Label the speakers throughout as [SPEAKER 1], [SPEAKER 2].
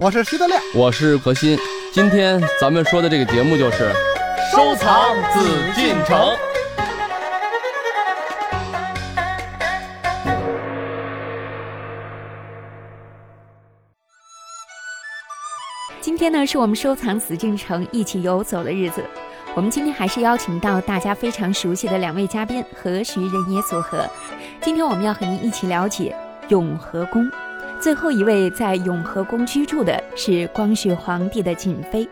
[SPEAKER 1] 我是徐德亮，
[SPEAKER 2] 我是何鑫。今天咱们说的这个节目就是
[SPEAKER 1] 收藏紫禁城。
[SPEAKER 3] 今天呢，是我们收藏紫禁城一起游走的日子。我们今天还是邀请到大家非常熟悉的两位嘉宾和徐仁也组合。今天我们要和您一起了解永和宫。最后一位在永和宫居住的是光绪皇帝的瑾妃，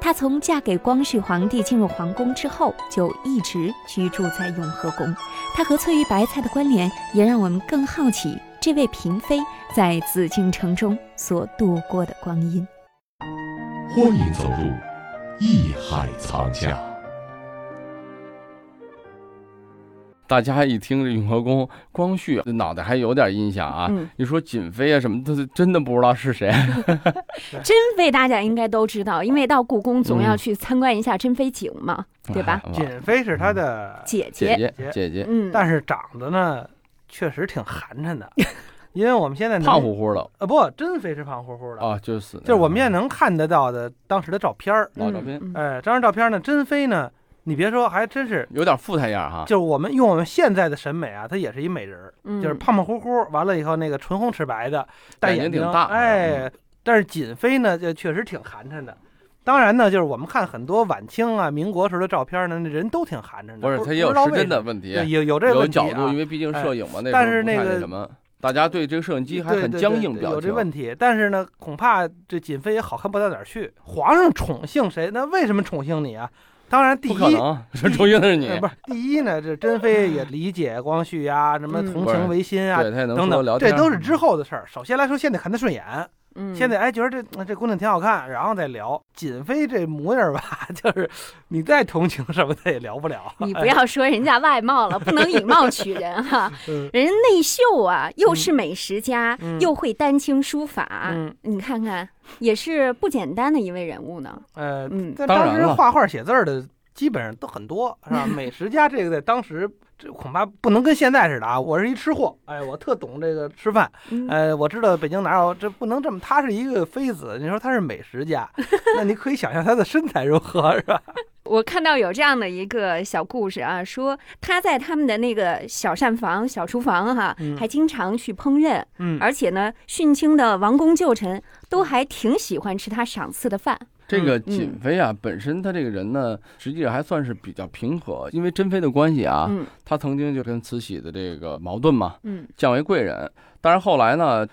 [SPEAKER 3] 她从嫁给光绪皇帝进入皇宫之后，就一直居住在永和宫。她和翠玉白菜的关联，也让我们更好奇这位嫔妃在紫禁城中所度过的光阴。
[SPEAKER 4] 欢迎走入艺海藏家。
[SPEAKER 2] 大家一听这永和宫，光绪脑袋还有点印象啊。
[SPEAKER 3] 嗯
[SPEAKER 2] 一说瑾妃啊什么，他是真的不知道是谁。
[SPEAKER 3] 珍妃嗯大家应该都知道，因为到故宫总
[SPEAKER 2] 嗯
[SPEAKER 3] 要去参观一下珍妃井嘛， 对 吧？
[SPEAKER 2] 哎？
[SPEAKER 1] 瑾妃是他的，
[SPEAKER 3] 姐
[SPEAKER 2] 姐
[SPEAKER 3] 姐，
[SPEAKER 2] 姐
[SPEAKER 1] 姐
[SPEAKER 2] 姐姐，
[SPEAKER 3] 嗯，
[SPEAKER 1] 但是长得呢，确实挺寒碜 的，因为我们现在能
[SPEAKER 2] 胖乎乎的
[SPEAKER 1] 呃不，珍妃是胖乎乎的，
[SPEAKER 2] 啊，就是
[SPEAKER 1] 嗯就是我们现在
[SPEAKER 2] 在
[SPEAKER 1] 能看得到的当时的照片儿。
[SPEAKER 2] 老照片
[SPEAKER 3] 嗯嗯
[SPEAKER 1] 哎，这张照片呢，珍妃呢，你别说，还真是，
[SPEAKER 2] 有点富态样哈
[SPEAKER 1] 就。是我们用我们现在的审美啊，她也是一美人儿，
[SPEAKER 3] 嗯
[SPEAKER 1] 就是胖胖乎乎，完了以后那个唇红齿白的，戴
[SPEAKER 2] 眼睛
[SPEAKER 1] 眼
[SPEAKER 2] 挺
[SPEAKER 1] 镜
[SPEAKER 2] 大
[SPEAKER 1] 哎，但是瑾妃呢，就确实挺寒碜的。当然呢，就是我们看很多晚清啊、民国时候的照片呢，那人都挺寒碜的。
[SPEAKER 2] 不
[SPEAKER 1] 不
[SPEAKER 2] 是，他也有
[SPEAKER 1] 不知道
[SPEAKER 2] 失真的
[SPEAKER 1] 为
[SPEAKER 2] 问题
[SPEAKER 1] 什么，，有有这个
[SPEAKER 2] 有
[SPEAKER 1] 问题啊
[SPEAKER 2] 角度，因为毕竟摄影嘛，那时候
[SPEAKER 1] 但是
[SPEAKER 2] 不
[SPEAKER 1] 那
[SPEAKER 2] 太
[SPEAKER 1] 个
[SPEAKER 2] 什么，大家对这个摄影机还
[SPEAKER 1] 对
[SPEAKER 2] 很
[SPEAKER 1] 对
[SPEAKER 2] 僵
[SPEAKER 1] 对
[SPEAKER 2] 硬
[SPEAKER 1] 对
[SPEAKER 2] 表情。
[SPEAKER 1] 有这问题。但是呢，恐怕这瑾妃也好看不到哪儿去。皇上宠幸谁，那为什么宠幸你啊？当然，第
[SPEAKER 2] 不可
[SPEAKER 1] 一。
[SPEAKER 2] 能， 这重庆的是你，
[SPEAKER 1] 呃不是第一呢，这珍妃也理解光绪啊，什么
[SPEAKER 3] 嗯
[SPEAKER 1] 同
[SPEAKER 2] 不是
[SPEAKER 1] 情为心啊
[SPEAKER 2] 对，他也能
[SPEAKER 1] 等
[SPEAKER 2] 说
[SPEAKER 1] 等
[SPEAKER 2] 聊，天嗯
[SPEAKER 1] 这
[SPEAKER 2] 儿，
[SPEAKER 1] 都是之后的事儿。首先来说，现在看她顺眼，
[SPEAKER 3] 嗯
[SPEAKER 1] 现在哎觉得这这姑娘挺好看，然后再聊。瑾妃这模样儿吧， 就是你再同情什么的也聊不了。
[SPEAKER 3] 你不要说人家外貌了，不能以貌取人 哈、
[SPEAKER 1] 嗯
[SPEAKER 3] 人家内秀啊，又是美食家，
[SPEAKER 1] 嗯
[SPEAKER 3] 又会丹青书
[SPEAKER 5] 啊
[SPEAKER 3] 法，
[SPEAKER 1] 嗯
[SPEAKER 3] 你看看也是不简单的一位人物呢。
[SPEAKER 1] 呃，
[SPEAKER 3] 嗯，
[SPEAKER 1] 在
[SPEAKER 2] 当
[SPEAKER 1] 当
[SPEAKER 2] 然
[SPEAKER 1] 时
[SPEAKER 2] 了
[SPEAKER 1] 画画写字儿的基本上都很多，是 吧？美食家这个在当时这恐怕不能跟现在似的啊。我是一吃货，哎，我特懂这个吃饭，
[SPEAKER 3] 嗯
[SPEAKER 1] 呃，我知道北京哪有这不能这么。他是一个妃子，你说他是美食 家，那你可以想象他的身材如何，是吧？
[SPEAKER 3] 我看到有这样的一个小故事啊，说他在他们的那个小膳房、小厨房哈、
[SPEAKER 1] 嗯
[SPEAKER 3] 还经常去烹饪，
[SPEAKER 1] 嗯，
[SPEAKER 3] 而且呢，殉清的王公旧臣都还挺喜欢吃他赏赐的饭。
[SPEAKER 2] 这个
[SPEAKER 3] 嗯
[SPEAKER 2] 瑾妃啊，本身她这个人呢，实际上还算是比较平和，因为珍妃的关系啊，
[SPEAKER 3] 嗯
[SPEAKER 2] 她曾经就跟慈禧的这个矛盾嘛，
[SPEAKER 3] 嗯
[SPEAKER 2] 降为贵人。但是后来呢，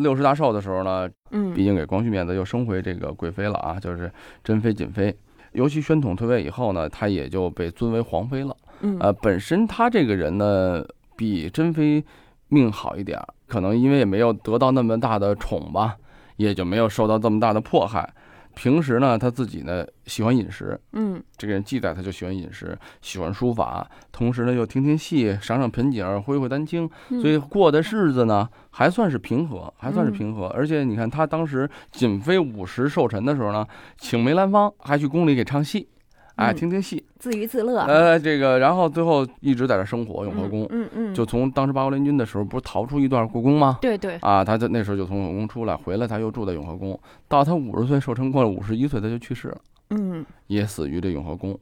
[SPEAKER 2] 六十大寿的时候呢，毕
[SPEAKER 3] 嗯
[SPEAKER 2] 竟给光绪面子，又升回这个贵妃了啊，就是珍妃、瑾妃。尤其宣统退位以后呢，她也就被尊为皇妃了。
[SPEAKER 3] 嗯
[SPEAKER 2] 呃，本身她这个人呢，比珍妃命好一点儿，可能因为也没有得到那么大的宠吧，也就没有受到这么大的迫害。平时呢，她自己呢喜欢饮食，
[SPEAKER 3] 嗯
[SPEAKER 2] 这个人记载她就喜欢饮食，喜欢书法，同时呢又听听戏，赏赏盆景儿，挥挥丹青，
[SPEAKER 3] 嗯，
[SPEAKER 2] 所以过的日子呢还算是平和，还算是平和。而且你看，她当时瑾妃五十寿辰的时候呢，请梅兰芳还去宫里给唱戏，哎，
[SPEAKER 3] 嗯
[SPEAKER 2] 听听戏，
[SPEAKER 3] 自娱自乐。
[SPEAKER 2] 呃，这个，然后最后一直在这生活，永和宫。
[SPEAKER 3] 嗯嗯，嗯
[SPEAKER 2] 就从当时八国联军的时候，不是逃出一段故宫吗？
[SPEAKER 3] 对对，
[SPEAKER 2] 啊，他就那时候就从永和宫出来，回来他又住在永和宫，到他五十岁寿辰过了，五十一岁他就去世了，
[SPEAKER 3] 嗯
[SPEAKER 2] 也死于这永和宫。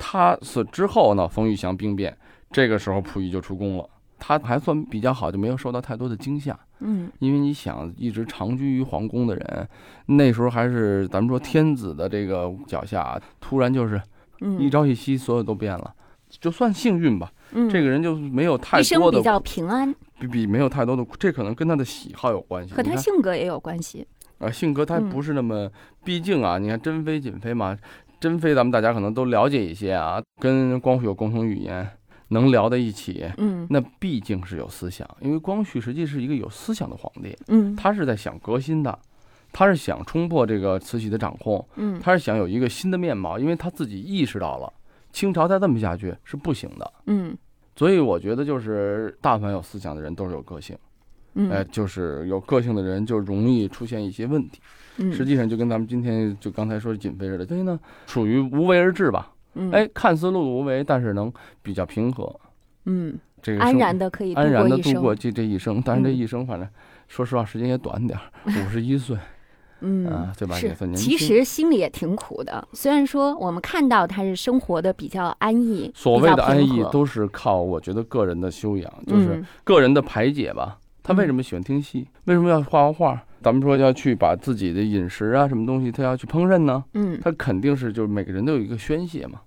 [SPEAKER 2] 他死之后呢，冯玉祥兵变，这个时候溥仪就出宫了，他还算比较好，就没有受到太多的惊吓。
[SPEAKER 3] 嗯
[SPEAKER 2] 因为你想，一直长居于皇宫的人，那时候还是咱们说天子的这个脚下，突然就是
[SPEAKER 3] 嗯，
[SPEAKER 2] 一朝一夕，所有都变了，就算幸运吧。
[SPEAKER 3] 嗯
[SPEAKER 2] 这个人就没有太
[SPEAKER 3] 一生
[SPEAKER 2] 多
[SPEAKER 3] 比
[SPEAKER 2] 的
[SPEAKER 3] 较平安，
[SPEAKER 2] 比比没有太多的，这可能跟他的喜好有关系。
[SPEAKER 3] 和
[SPEAKER 2] 你
[SPEAKER 3] 他
[SPEAKER 2] 看
[SPEAKER 3] 性格也有关系。
[SPEAKER 2] 啊，性格他
[SPEAKER 3] 嗯
[SPEAKER 2] 不是那么，毕竟啊，你看珍妃、瑾妃嘛，珍妃咱们大家可能都了解一些啊，跟光绪有共同语言，能聊在一起，
[SPEAKER 3] 嗯
[SPEAKER 2] 那毕竟是有思想，因为光绪实际是一个有思想的皇帝，
[SPEAKER 3] 嗯
[SPEAKER 2] 他是在想革新的，他是想冲破这个慈禧的掌控，
[SPEAKER 3] 嗯
[SPEAKER 2] 他是想有一个新的面貌，因为他自己意识到了清朝再这么下去是不行的。
[SPEAKER 3] 嗯
[SPEAKER 2] 所以我觉得，就是大凡有思想的人都是有个性，
[SPEAKER 3] 嗯，
[SPEAKER 2] 哎，就是有个性的人就容易出现一些问题。
[SPEAKER 3] 嗯
[SPEAKER 2] 实际上就跟咱们今天就刚才说的瑾妃似的，所以呢，属于无为而治吧。
[SPEAKER 3] 嗯
[SPEAKER 2] 哎，看似碌碌无为，但是能比较平和，
[SPEAKER 3] 嗯
[SPEAKER 2] 这个
[SPEAKER 3] 安
[SPEAKER 2] 生
[SPEAKER 3] 然的可以度
[SPEAKER 2] 安然
[SPEAKER 3] 过
[SPEAKER 2] 的
[SPEAKER 3] 一
[SPEAKER 2] 度过
[SPEAKER 3] 生。
[SPEAKER 2] 这这一生。但是这一生，反正说实话时间也短点儿，五十一岁啊
[SPEAKER 5] 嗯，，
[SPEAKER 2] 对吧？也
[SPEAKER 5] 是
[SPEAKER 2] 算，年轻。
[SPEAKER 5] 其实心里也挺苦的。虽然说我们看到他是生活的比较安逸，
[SPEAKER 2] 所
[SPEAKER 5] 比
[SPEAKER 2] 谓
[SPEAKER 5] 较
[SPEAKER 2] 的安
[SPEAKER 5] 平
[SPEAKER 2] 逸
[SPEAKER 5] 和
[SPEAKER 2] 都是靠我觉得个人的修养，就是
[SPEAKER 5] 嗯
[SPEAKER 2] 个人的排解吧。他为什么喜欢听戏？为什么要画画画？咱们说要去把自己的饮食啊，什么东西，他要去烹饪呢？
[SPEAKER 5] 嗯
[SPEAKER 2] 他肯定是就是每个人都有一个宣泄嘛。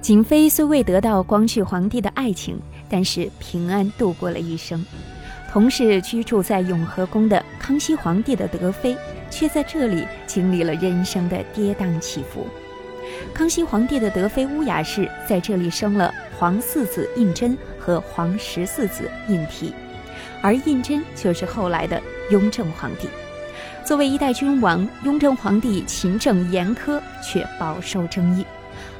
[SPEAKER 3] 景妃虽未得到光绪皇帝的爱情，但是平安度过了一生。同是居住在永和宫的康熙皇帝的德妃，却在这里经历了人生的跌宕起伏。康熙皇帝的德妃乌雅氏在这里生了皇四子胤禛和皇十四子胤禔，而胤禛就是后来的雍正皇帝。作为一代君王，雍正皇帝勤政严苛，却饱受争议。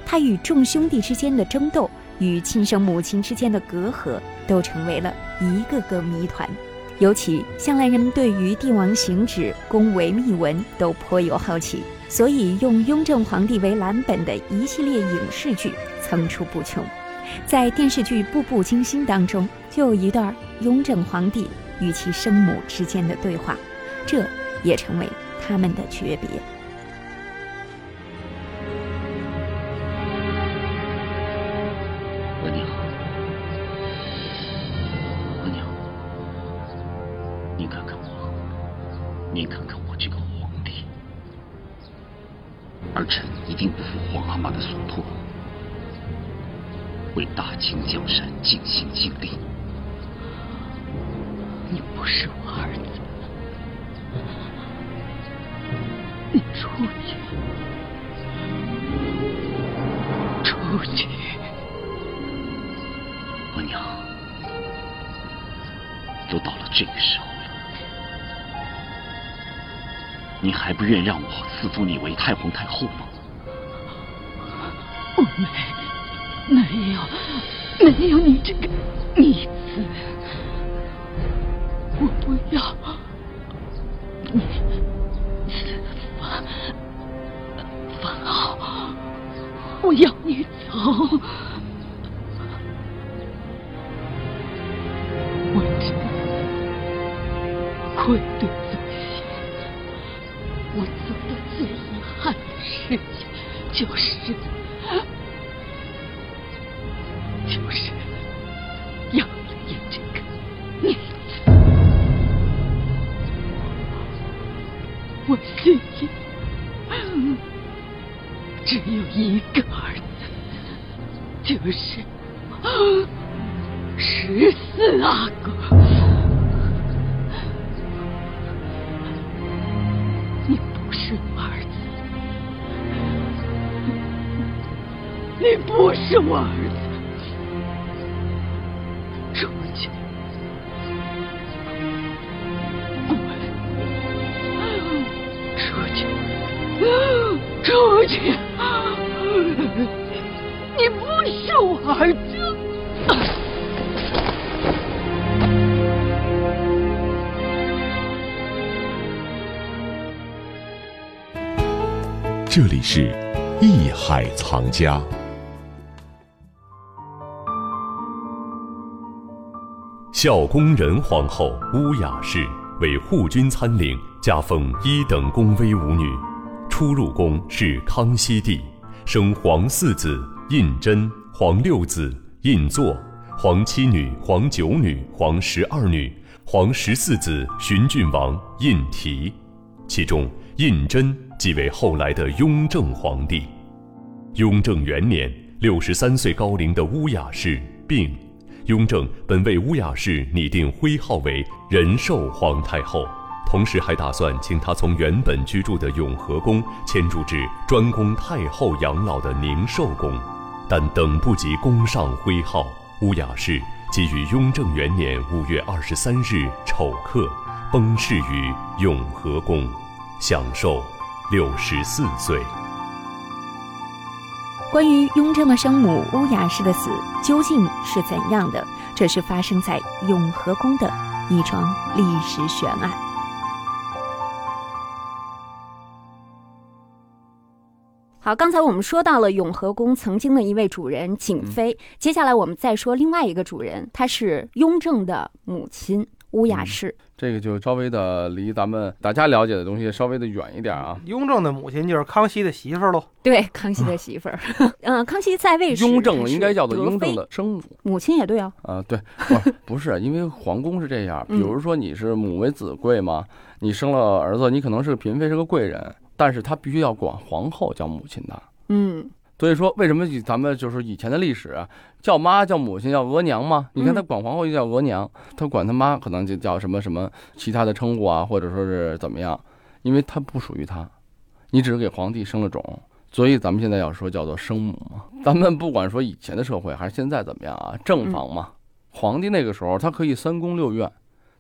[SPEAKER 3] 他与众兄弟之间的争斗，与亲生母亲之间的隔阂，都成为了一个个谜团。尤其向来人们对于帝王行止、宫闱秘闻都颇有好奇，所以用雍正皇帝为蓝本的一系列影视剧层出不穷。在电视剧《步步惊心》当中，就有一段雍正皇帝与其生母之间的对话，这也成为他们的诀别。
[SPEAKER 6] 额娘，额娘，您看看我，您看看我这个皇帝，儿臣一定不负皇阿玛的所托，为大清江山尽心尽力。你不是我儿子，你出去，出去。额娘，都到了这个时候了，你还不愿让我赐封你为太皇太后吗？
[SPEAKER 7] 我没，没有，没有你这个逆子，我不要，你死吧，方浩，我要你走。我真愧对祖先，我做的最遗憾的事情就是。就是养了你这个孽子。我心里只有一个儿子，就是十四阿哥。你不是我儿子，你不是我儿子。出去！滚！出去！出去！你不是我儿子！
[SPEAKER 4] 这里是艺海藏家。
[SPEAKER 8] 孝恭仁皇后乌雅氏为护军参领，加封一等宫威武女。初入宫是康熙帝，生皇四子胤禛、皇六子胤祚、皇七女、皇九女、皇十二女、皇十四子循郡王胤禔。其中，胤禛即为后来的雍正皇帝。雍正元年，六十三岁高龄的乌雅氏病，雍正本为乌雅氏拟定徽号为仁寿皇太后，同时还打算请她从原本居住的永和宫迁住至专供太后养老的宁寿宫，但等不及宫上徽号，乌雅氏即于雍正元年五月二十三日丑刻崩逝于永和宫，享受六十四岁。
[SPEAKER 3] 关于雍正的生母乌雅氏的死究竟是怎样的，这是发生在永和宫的一桩历史悬案。
[SPEAKER 5] 好，刚才我们说到了永和宫曾经的一位主人景
[SPEAKER 2] 嗯
[SPEAKER 5] 妃，接下来我们再说另外一个主人，她是雍正的母亲乌
[SPEAKER 2] 嗯
[SPEAKER 5] 雅氏。
[SPEAKER 2] 这个就稍微的离咱们大家了解的东西稍微的远一点啊。
[SPEAKER 1] 雍正的母亲就是康熙的媳妇儿喽，
[SPEAKER 5] 对，康熙的媳妇儿。 嗯、康熙在位时，
[SPEAKER 2] 雍
[SPEAKER 5] 她
[SPEAKER 2] 正
[SPEAKER 5] 是
[SPEAKER 2] 应该叫做
[SPEAKER 5] 德
[SPEAKER 2] 雍
[SPEAKER 5] 妃
[SPEAKER 2] 正的生母
[SPEAKER 5] 母亲也对啊。
[SPEAKER 2] 啊， 对，不是不是，因为皇宫是这
[SPEAKER 5] 嗯
[SPEAKER 2] 样，比如说你是母为子贵嘛，你生了儿子，你可能是个嫔妃，是个贵人，但是他必须要管皇后叫母亲的。
[SPEAKER 5] 嗯，
[SPEAKER 2] 所以说，为什么以咱们就是以前的历史啊叫妈叫母亲叫额娘嘛？你看他管皇后就叫额娘，他管他妈可能就叫什么什么其他的称呼啊，或者说是怎么样，因为他不属于他，你只是给皇帝生了种，所以咱们现在要说叫做生母嘛。咱们不管说以前的社会还是现在怎么样啊，正房嘛，皇帝那个时候他可以三宫六院，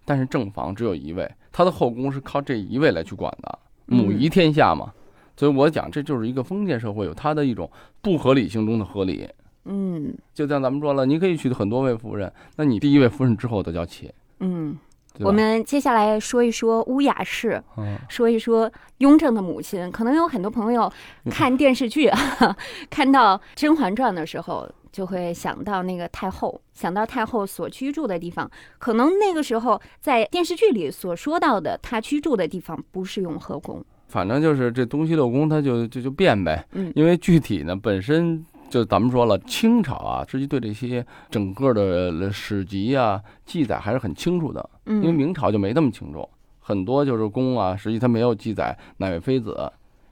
[SPEAKER 2] 但是正房只有一位，他的后宫是靠这一位来去管的，
[SPEAKER 5] 嗯
[SPEAKER 2] 母仪天下嘛。所以我讲，这就是一个封建社会有它的一种不合理性中的合理。
[SPEAKER 5] 嗯
[SPEAKER 2] 就像咱们说了，你可以娶很多位夫人，那你第一位夫人之后的叫妾，
[SPEAKER 5] 嗯，
[SPEAKER 2] 对吧？
[SPEAKER 5] 我们接下来说一说乌雅氏，
[SPEAKER 2] 嗯
[SPEAKER 5] 说一说雍正的母亲。可能有很多朋友
[SPEAKER 2] 嗯
[SPEAKER 5] 看电视剧啊， 看到《甄嬛传》的时候，就会想到那个太后，想到太后所居住的地方。可能那个时候在电视剧里所说到的她居住的地方不是永和宫。
[SPEAKER 2] 反正就是这东西六宫，它就就就变呗。
[SPEAKER 5] 嗯
[SPEAKER 2] 因为具体呢，本身就咱们说了，清朝啊，实际对这些整个的史籍啊记载还是很清楚的，因为
[SPEAKER 5] 嗯
[SPEAKER 2] 明朝就没那么清楚，很多就是宫啊，实际它没有记载哪位妃子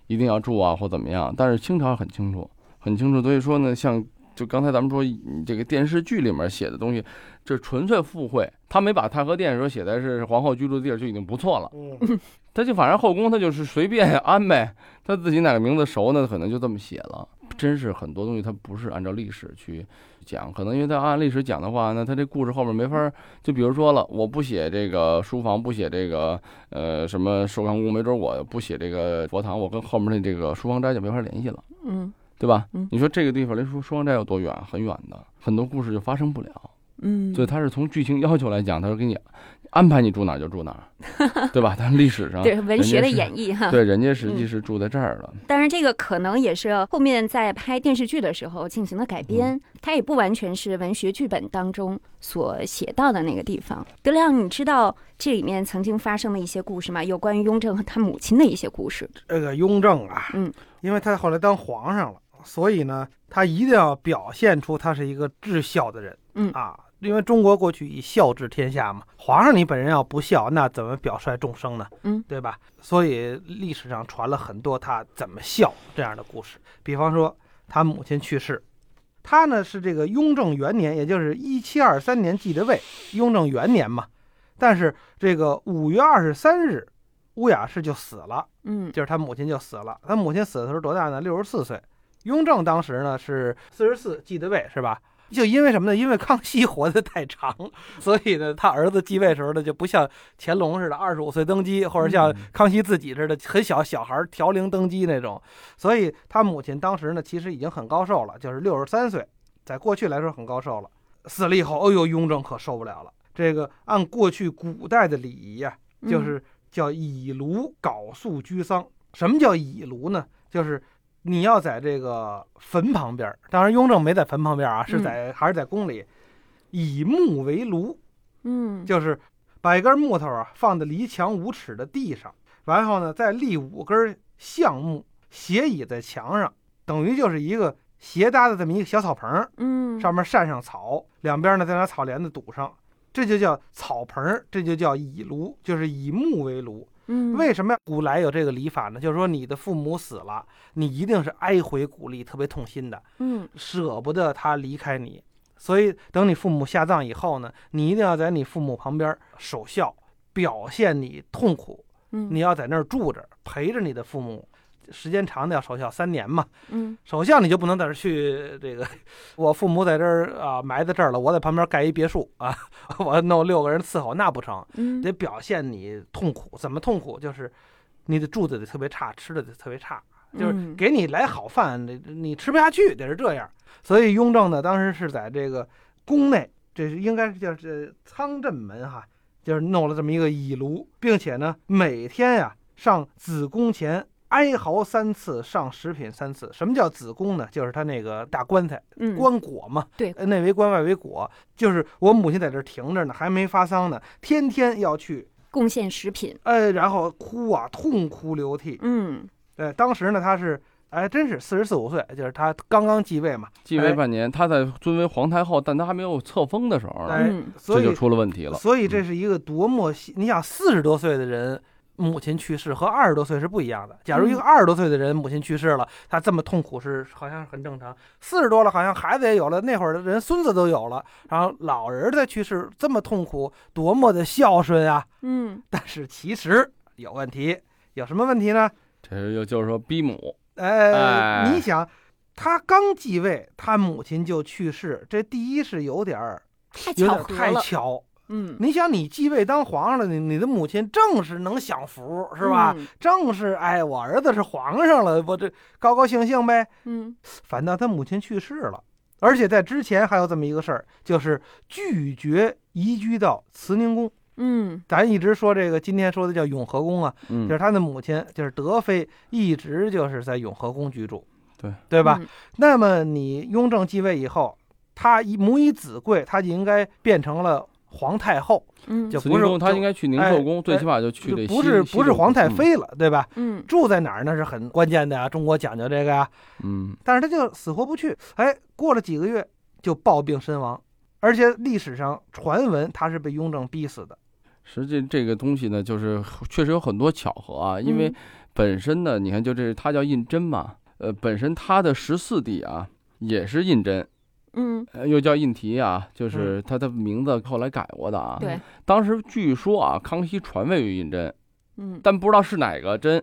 [SPEAKER 2] 一定要住啊或怎么样，但是清朝很清楚，很清楚。所以说呢，像就刚才咱们说嗯这个电视剧里面写的东西，这纯粹附会，他没把太和殿说写的是皇后居住的地儿就已经不错了，他就反正后宫他就是随便安呗，他自己哪个名字熟呢，可能就这么写了。真是很多东西，他不是按照历史去讲，可能因为他按历史讲的话，那他这故事后面没法儿。就比如说了，我不写这个书房，不写这个呃什么寿康宫，没准我不写这个佛堂，我跟后面的这个书房斋就没法联系了，
[SPEAKER 5] 嗯
[SPEAKER 2] 对吧？
[SPEAKER 5] 嗯
[SPEAKER 2] 你说这个地方离书书房斋有多远？很远的，很多故事就发生不了。
[SPEAKER 5] 嗯，
[SPEAKER 2] 所以他是从剧情要求来讲，他说给你安排你住哪儿就住哪儿，对吧？但历史上
[SPEAKER 5] 对啊嗯文学的
[SPEAKER 2] 人家是
[SPEAKER 5] 演绎哈。
[SPEAKER 2] 对人家实际是住在这儿
[SPEAKER 1] 嗯
[SPEAKER 2] 了。
[SPEAKER 5] 当然，这个可能也是后面在拍电视剧的时候进行的改编，
[SPEAKER 1] 嗯
[SPEAKER 5] 它也不完全是文学剧本当中所写到的那个地方。德亮，你知道这里面曾经发生的一些故事吗？有关于雍正和他母亲的一些故事。
[SPEAKER 1] 这个雍正啊，
[SPEAKER 5] 嗯，
[SPEAKER 1] 因为他后来当皇上了，所以呢，他一定要表现出他是一个至孝的人，
[SPEAKER 5] 嗯
[SPEAKER 1] 啊，因为中国过去以孝治天下嘛，皇上你本人要不孝，那怎么表率众生呢？
[SPEAKER 5] 嗯，
[SPEAKER 1] 对吧？所以历史上传了很多他怎么孝这样的故事，比方说他母亲去世。他呢是这个雍正元年，也就是一七二三年继的位，雍正元年嘛。但是这个五月二十三日，乌雅氏就死了。
[SPEAKER 5] 嗯
[SPEAKER 1] 就是他母亲就死了。他母亲死的时候多大呢？六十四岁。雍正当时呢是四十四，继的位是吧？就因为什么呢？因为康熙活得太长，所以呢，他儿子继位时候呢，就不像乾隆似的二十五岁登基，或者
[SPEAKER 2] 嗯
[SPEAKER 1] 像康熙自己似的很小小孩儿调龄登基那种。所以他母亲当时呢，其实已经很高寿了，就是六十三岁，在过去来说很高寿了。死了以后，哎呦，雍正可受不了了。这个按过去古代的礼仪啊呀、
[SPEAKER 5] 嗯
[SPEAKER 1] 就是叫以炉搞素居丧。什么叫以炉呢？就是你要在这个坟旁边儿，当然雍正没在坟旁边儿啊，是
[SPEAKER 5] 嗯
[SPEAKER 1] 在、还是在宫里，以木为炉，
[SPEAKER 5] 嗯
[SPEAKER 1] 就是把一根木头啊放在离墙五尺的地上，然后呢再立五根橡木斜倚在墙上，等于就是一个斜搭的这么一个小草棚儿，
[SPEAKER 5] 嗯
[SPEAKER 1] 上面扇上草，两边呢再拿草帘子堵上，这就叫草棚儿，这就叫以炉，就是以木为炉。
[SPEAKER 5] 嗯
[SPEAKER 1] 为什么古来有这个礼法呢？就是说你的父母死了，你一定是哀回鼓励，特别痛心的，
[SPEAKER 5] 嗯
[SPEAKER 1] 舍不得他离开你。所以等你父母下葬以后呢，你一定要在你父母旁边守孝，表现你痛苦。
[SPEAKER 5] 嗯
[SPEAKER 1] 你要在那儿住着，陪着你的父母，时间长的要守孝三年嘛。
[SPEAKER 5] 嗯
[SPEAKER 1] 首相你就不能在这儿去这个，我父母在这儿啊埋在这儿了，我在旁边盖一别墅啊， 我弄六个人伺候那不成，
[SPEAKER 5] 嗯
[SPEAKER 1] 得表现你痛苦，怎么痛苦？就是你得住的得特别差，吃的得特别差，就是
[SPEAKER 5] 嗯
[SPEAKER 1] 给你来好饭，你你吃不下去，得是这样。所以雍正呢，当时是在这个宫内，这是应该是叫这仓镇门哈，就是弄了这么一个以炉，并且呢，每天呀、上子宫前哀嚎三次，上十品三次。什么叫子宫呢？就是他那个大棺材，
[SPEAKER 5] 嗯，
[SPEAKER 1] 棺椁嘛。
[SPEAKER 5] 对
[SPEAKER 1] 呃内为棺，外为椁，就是我母亲在这儿停着呢，还没发丧呢，天天要去，
[SPEAKER 5] 贡献食品，
[SPEAKER 1] 哎，然后哭啊，痛哭流涕。
[SPEAKER 5] 嗯，
[SPEAKER 1] 哎，当时呢，他是，哎，真是四十四五岁，就是他刚刚继位嘛，
[SPEAKER 2] 继位半年，他在尊为皇太后，但他还没有册封的时候呢，
[SPEAKER 1] 哎
[SPEAKER 5] 嗯，
[SPEAKER 1] 所
[SPEAKER 2] 啊这
[SPEAKER 1] 以
[SPEAKER 2] 就出了问题了。嗯
[SPEAKER 1] 所以这是一个多么细，你想四十多岁的人母亲去世和二十多岁是不一样的。假如一个
[SPEAKER 5] 嗯
[SPEAKER 1] 二十多岁的人母亲去世了，他这么痛苦是好像很正常。四十多了，好像孩子也有了，那会儿的人孙子都有了，然后老人再去世这么痛苦，多么的孝顺啊！
[SPEAKER 5] 嗯，
[SPEAKER 1] 但是其实有问题，有什么问题呢？
[SPEAKER 2] 这又就是说逼母，
[SPEAKER 1] 呃，
[SPEAKER 2] 哎
[SPEAKER 1] 你想，他刚继位，他母亲就去世，这第一是有点儿
[SPEAKER 5] 太
[SPEAKER 1] 有
[SPEAKER 5] 巧
[SPEAKER 1] 点儿
[SPEAKER 5] 合
[SPEAKER 1] 太
[SPEAKER 5] 了，
[SPEAKER 1] 巧，
[SPEAKER 5] 嗯，
[SPEAKER 1] 你想，你继位当皇上了，你你的母亲正是能享福，是吧？
[SPEAKER 5] 嗯？
[SPEAKER 1] 正是哎，我儿子是皇上了，我这高高兴兴呗。
[SPEAKER 5] 嗯，
[SPEAKER 1] 反倒他母亲去世了，而且在之前还有这么一个事儿，就是拒绝移居到慈宁宫。
[SPEAKER 5] 嗯，
[SPEAKER 1] 咱一直说这个，今天说的叫永和宫啊，
[SPEAKER 2] 嗯
[SPEAKER 1] 就是，他的母亲，就是德妃，一直就是在永和宫居住，
[SPEAKER 2] 对嗯
[SPEAKER 1] 对
[SPEAKER 5] 对
[SPEAKER 1] 吧？？那么你雍正继位以后，他以母以子贵，他就应该变成了皇太后，
[SPEAKER 5] 嗯，
[SPEAKER 1] 就
[SPEAKER 2] 慈
[SPEAKER 1] 不
[SPEAKER 2] 宁
[SPEAKER 1] 是
[SPEAKER 2] 宫他
[SPEAKER 1] 就
[SPEAKER 2] 应该去宁
[SPEAKER 1] 哎
[SPEAKER 2] 寿宫，最
[SPEAKER 1] 哎
[SPEAKER 2] 起码就去
[SPEAKER 1] 就
[SPEAKER 2] 这
[SPEAKER 1] 不
[SPEAKER 2] 西
[SPEAKER 1] 是
[SPEAKER 2] 西嗯
[SPEAKER 1] 不是
[SPEAKER 2] 六
[SPEAKER 1] 皇太
[SPEAKER 2] 宫，
[SPEAKER 1] 妃了，对吧？
[SPEAKER 5] 嗯，
[SPEAKER 1] 住在哪儿那是很关键的呀、中国讲究这个呀、
[SPEAKER 2] 嗯，
[SPEAKER 1] 但是他就死活不去，哎，过了几个月就暴病身亡，而且历史上传闻他是被雍正逼死的。
[SPEAKER 2] 实际这个东西呢，就是确实有很多巧合啊，因为
[SPEAKER 5] 嗯
[SPEAKER 2] 本身呢，你看就这他叫胤禛嘛，呃，本身他的十四弟啊也是胤禛，
[SPEAKER 5] 嗯，
[SPEAKER 2] 呃又叫胤禔
[SPEAKER 1] 嗯
[SPEAKER 2] 啊，就是他的名字后来改过的啊。
[SPEAKER 5] 嗯对，
[SPEAKER 2] 当时据说啊，康熙传位于胤禛，
[SPEAKER 5] 嗯，
[SPEAKER 2] 但不知道是哪个真。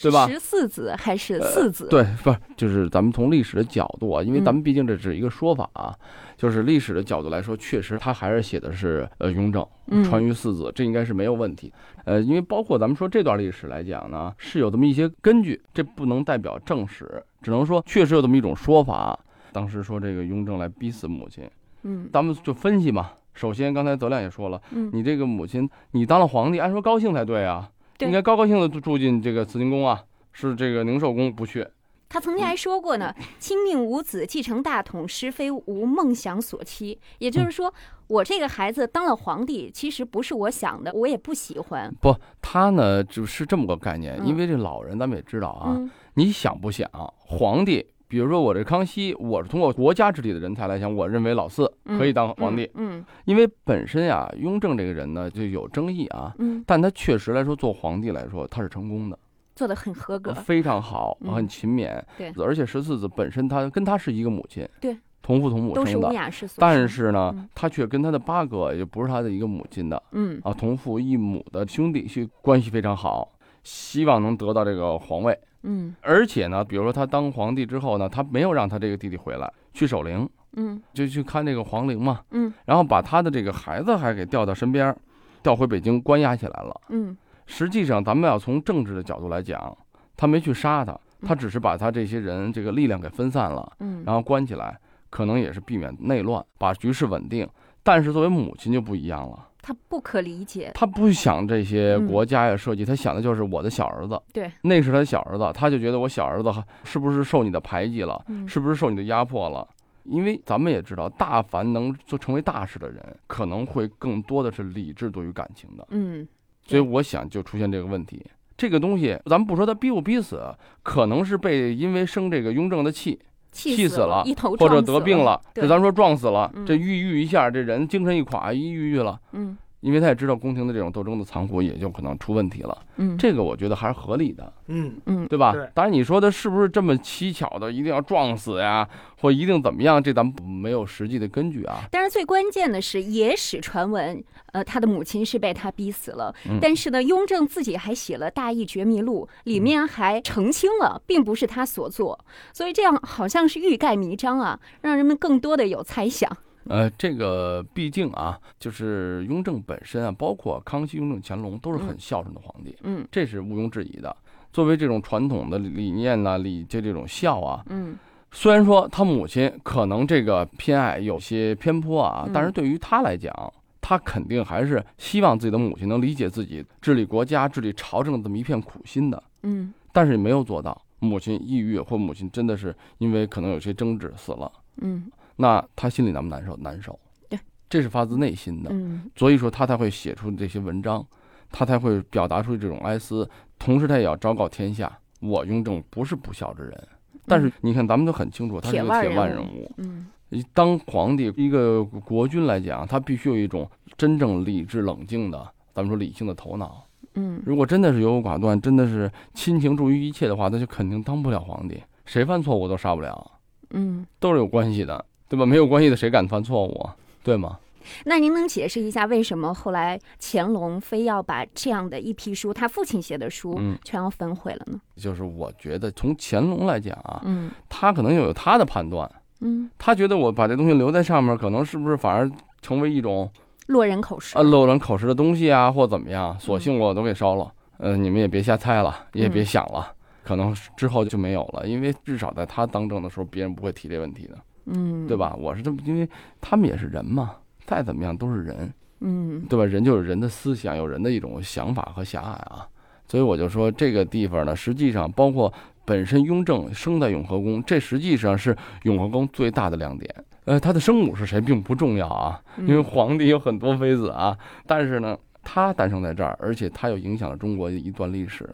[SPEAKER 2] 对吧呃
[SPEAKER 5] 十四子还是四子？
[SPEAKER 2] 对，不是，就是咱们从历史的角度啊，因为咱
[SPEAKER 5] 嗯
[SPEAKER 2] 们毕竟这只是一个说法啊，就是历史的角度来说，确实他还是写的是呃雍正
[SPEAKER 5] 嗯
[SPEAKER 2] 传于四子，这应该是没有问题。呃，因为包括咱们说这段历史来讲呢，是有这么一些根据，这不能代表正史，只能说确实有这么一种说法。当时说这个雍正来逼死母亲，
[SPEAKER 5] 嗯，
[SPEAKER 2] 咱们就分析嘛。首先，刚才德亮也说了，
[SPEAKER 5] 嗯，
[SPEAKER 2] 你这个母亲，你当了皇帝，按说高兴才对啊，
[SPEAKER 5] 对
[SPEAKER 2] 应该高高兴的住进这个慈宁宫啊，是这个宁寿宫不去。
[SPEAKER 5] 他曾经还说过
[SPEAKER 2] 嗯
[SPEAKER 5] 呢：“亲命无子，继承大统，实非吾梦想所期。”
[SPEAKER 2] 嗯
[SPEAKER 5] 也就是说，我这个孩子当了皇帝，其实不是我想的，我也不喜欢。
[SPEAKER 2] 不，他呢只是这么个概念，
[SPEAKER 5] 嗯
[SPEAKER 2] 因为这老人咱们也知道啊，
[SPEAKER 5] 嗯
[SPEAKER 2] 你想不想皇帝？比如说我这康熙，我是通过国家治理的人才来讲，我认为老四可以当皇帝，
[SPEAKER 5] 嗯
[SPEAKER 2] 因为本身呀、雍正这个人呢就有争议啊，
[SPEAKER 5] 嗯，嗯
[SPEAKER 2] 但他确实来说做皇帝来说他是成功的，
[SPEAKER 5] 做的很合格。
[SPEAKER 2] 非常好，
[SPEAKER 5] 嗯
[SPEAKER 2] 很勤勉，
[SPEAKER 5] 对
[SPEAKER 2] 而且十四子本身他跟他是一个母亲，
[SPEAKER 5] 对，
[SPEAKER 2] 同父同母
[SPEAKER 5] 都是
[SPEAKER 2] 生
[SPEAKER 5] 乌
[SPEAKER 2] 的，
[SPEAKER 5] 雅氏所生。
[SPEAKER 2] 但，是呢，
[SPEAKER 5] 嗯
[SPEAKER 2] 他却跟他的八哥，也不是他的一个母亲的，
[SPEAKER 5] 嗯
[SPEAKER 2] 啊，同父异母的兄弟去关系非常好，希望能得到这个皇位。
[SPEAKER 5] 嗯
[SPEAKER 2] 而且呢，比如说他当皇帝之后呢，他没有让他这个弟弟回来去守陵，
[SPEAKER 5] 嗯
[SPEAKER 2] 就去看这个皇陵嘛，
[SPEAKER 5] 嗯
[SPEAKER 2] 然后把他的这个孩子还给调到身边儿，调回北京关押起来了。
[SPEAKER 5] 嗯
[SPEAKER 2] 实际上，咱们要从政治的角度来讲，他没去杀他，他
[SPEAKER 5] 嗯
[SPEAKER 2] 只是把他这些人这个力量给分散了，
[SPEAKER 5] 嗯，
[SPEAKER 2] 然后关起来，可能也是避免内乱，把局势稳定。但是作为母亲就不一样了。
[SPEAKER 5] 他不可理解。
[SPEAKER 2] 他不想这些
[SPEAKER 5] 嗯
[SPEAKER 2] 国家呀设计，他想的就是我的小儿子。
[SPEAKER 5] 对，
[SPEAKER 2] 那是他小儿子，他就觉得我小儿子是不是受你的排挤了，
[SPEAKER 5] 嗯
[SPEAKER 2] 是不是受你的压迫了？因为咱们也知道，大凡能做成为大事的人，可能会更多的是理智对于感情的，
[SPEAKER 5] 嗯
[SPEAKER 2] 所以我想就出现这个问题。这个东西，咱们不说他逼不逼死，可能是被因为生这个雍正的气，
[SPEAKER 5] 气
[SPEAKER 2] 气死
[SPEAKER 5] 死
[SPEAKER 2] 了
[SPEAKER 5] 一头
[SPEAKER 2] 或者
[SPEAKER 5] 撞
[SPEAKER 2] 得
[SPEAKER 5] 死
[SPEAKER 2] 病了，
[SPEAKER 5] 对
[SPEAKER 2] 这咱说撞死了，
[SPEAKER 5] 嗯
[SPEAKER 2] 这郁郁一下，这人精神一垮，一郁郁了，
[SPEAKER 5] 嗯
[SPEAKER 2] 因为他也知道宫廷的这种斗争的残酷，也就可能出问题了。
[SPEAKER 5] 嗯，
[SPEAKER 2] 这个我觉得还是合理的，
[SPEAKER 1] 嗯，
[SPEAKER 5] 嗯
[SPEAKER 2] 对吧？
[SPEAKER 1] 对
[SPEAKER 2] 当然，你说的是不是这么蹊跷的，一定要撞死呀，或一定怎么样？这咱们没有实际的根据啊。
[SPEAKER 5] 但是最关键的是，野史传闻，呃，他的母亲是被他逼死了。
[SPEAKER 2] 嗯
[SPEAKER 5] 但是呢，雍正自己还写了《大义觉迷录》，里面还澄清了，并不是他所做。所以这样好像是欲盖弥彰啊，让人们更多的有猜想。
[SPEAKER 2] 呃，这个毕竟啊，就是雍正本身啊，包括康熙、雍正、乾隆，都是很
[SPEAKER 5] 嗯
[SPEAKER 2] 孝顺的皇帝，
[SPEAKER 5] 嗯
[SPEAKER 2] 这是毋庸置疑的。作为这种传统的理念呐、礼这这种孝啊，
[SPEAKER 5] 嗯
[SPEAKER 2] 虽然说他母亲可能这个偏爱有些偏颇啊，
[SPEAKER 5] 嗯
[SPEAKER 2] 但是对于他来讲，他肯定还是希望自己的母亲能理解自己治理国家、治理朝政的这么一片苦心的，
[SPEAKER 5] 嗯
[SPEAKER 2] 但是没有做到。母亲抑郁，或母亲真的是因为可能有些争执死了，
[SPEAKER 5] 嗯
[SPEAKER 2] 那他心里难不难受？难受，
[SPEAKER 5] 对，
[SPEAKER 2] 这是发自内心的。
[SPEAKER 5] 嗯
[SPEAKER 2] 所以说他才会写出这些文章，他才会表达出这种哀思，同时他也要昭告天下，我雍正不是不孝之人。但是你看，咱们都很清楚，他是一个
[SPEAKER 5] 嗯
[SPEAKER 2] 铁
[SPEAKER 5] 铁腕
[SPEAKER 2] 腕
[SPEAKER 5] 人
[SPEAKER 2] 人
[SPEAKER 5] 物
[SPEAKER 2] 物。
[SPEAKER 5] 嗯
[SPEAKER 2] 一当皇帝，一个国君来讲，他必须有一种真正理智冷静的，咱们说理性的头脑。
[SPEAKER 5] 嗯
[SPEAKER 2] 如果真的是优柔寡断，真的是亲情重于一切的话，那就肯定当不了皇帝。谁犯错误都杀不了，
[SPEAKER 5] 嗯。
[SPEAKER 2] 都是有关系的，对吧？没有关系的，谁敢犯错误啊？对吗？
[SPEAKER 5] 那您能解释一下为什么后来乾隆非要把这样的一批书，他父亲写的书，
[SPEAKER 2] 嗯
[SPEAKER 5] 全要焚毁了呢？
[SPEAKER 2] 就是我觉得，从乾隆来讲啊，
[SPEAKER 5] 嗯
[SPEAKER 2] 他可能又有他的判断，
[SPEAKER 5] 嗯，
[SPEAKER 2] 他觉得我把这东西留在上面，可能是不是反而成为一种
[SPEAKER 5] 落人口实。
[SPEAKER 2] 啊漏人口实的东西啊，或怎么样？索性我都给烧了，呃，你们也别瞎猜了，也别想了，可能之后就没有了，因为至少在他当政的时候，别人不会提这问题的，
[SPEAKER 5] 嗯，
[SPEAKER 2] 对？吧？我是这么，因为他们也是人嘛，再怎么样都是人，
[SPEAKER 5] 嗯
[SPEAKER 2] 对吧？人就有人的思想，有人的一种想法和狭隘啊，所以我就说这个地方呢，实际上包括本身雍正生在永和宫，这实际上是永和宫最大的亮点。呃，他的生母是谁并不重要啊，
[SPEAKER 5] 嗯
[SPEAKER 2] 因为皇帝有很多妃子啊，但是呢，他诞生在这儿，而且他又影响了中国一段历史。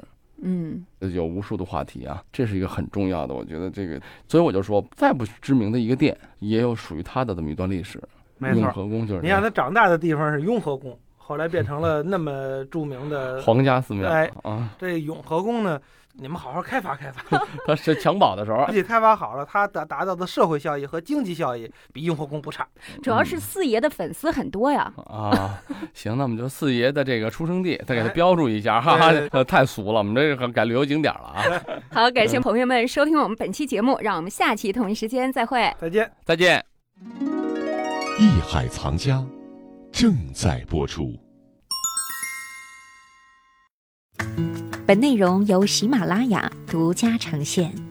[SPEAKER 5] 嗯
[SPEAKER 2] 呃有无数的话题啊，这是一个很重要的，我觉得这个，所以我就说，再不知名的一个殿，也有属于他的这么一段历史。
[SPEAKER 1] 没
[SPEAKER 2] 雍
[SPEAKER 1] 错，
[SPEAKER 2] 和宫就是这
[SPEAKER 1] 你看
[SPEAKER 2] 样
[SPEAKER 1] 他长大的地方是雍和宫，后来变成了
[SPEAKER 2] 嗯
[SPEAKER 1] 那么著名的
[SPEAKER 2] 皇家寺庙
[SPEAKER 1] 哎
[SPEAKER 2] 啊，
[SPEAKER 1] 这永和宫呢，你们好好开发开发，
[SPEAKER 2] 他是襁褓的 时候
[SPEAKER 1] 而，且开发好了，它达达到的社会效益和经济效益比雍和宫不差。
[SPEAKER 5] 嗯主要
[SPEAKER 2] 嗯
[SPEAKER 5] 是四爷的粉丝很多呀。
[SPEAKER 2] 啊，行，那我们就四爷的这个出生地，再给他
[SPEAKER 1] 哎
[SPEAKER 2] 标注一下，哈哈
[SPEAKER 1] 对对，
[SPEAKER 2] 呃太俗了，我们这个改旅游景点了 啊，
[SPEAKER 5] 好，感谢朋友们收听我们本期节目，让我们下期同一时间再会。
[SPEAKER 1] 再见。
[SPEAKER 2] 再见。
[SPEAKER 4] 艺海藏家正在播出。
[SPEAKER 3] 本内容由喜马拉雅独家呈现。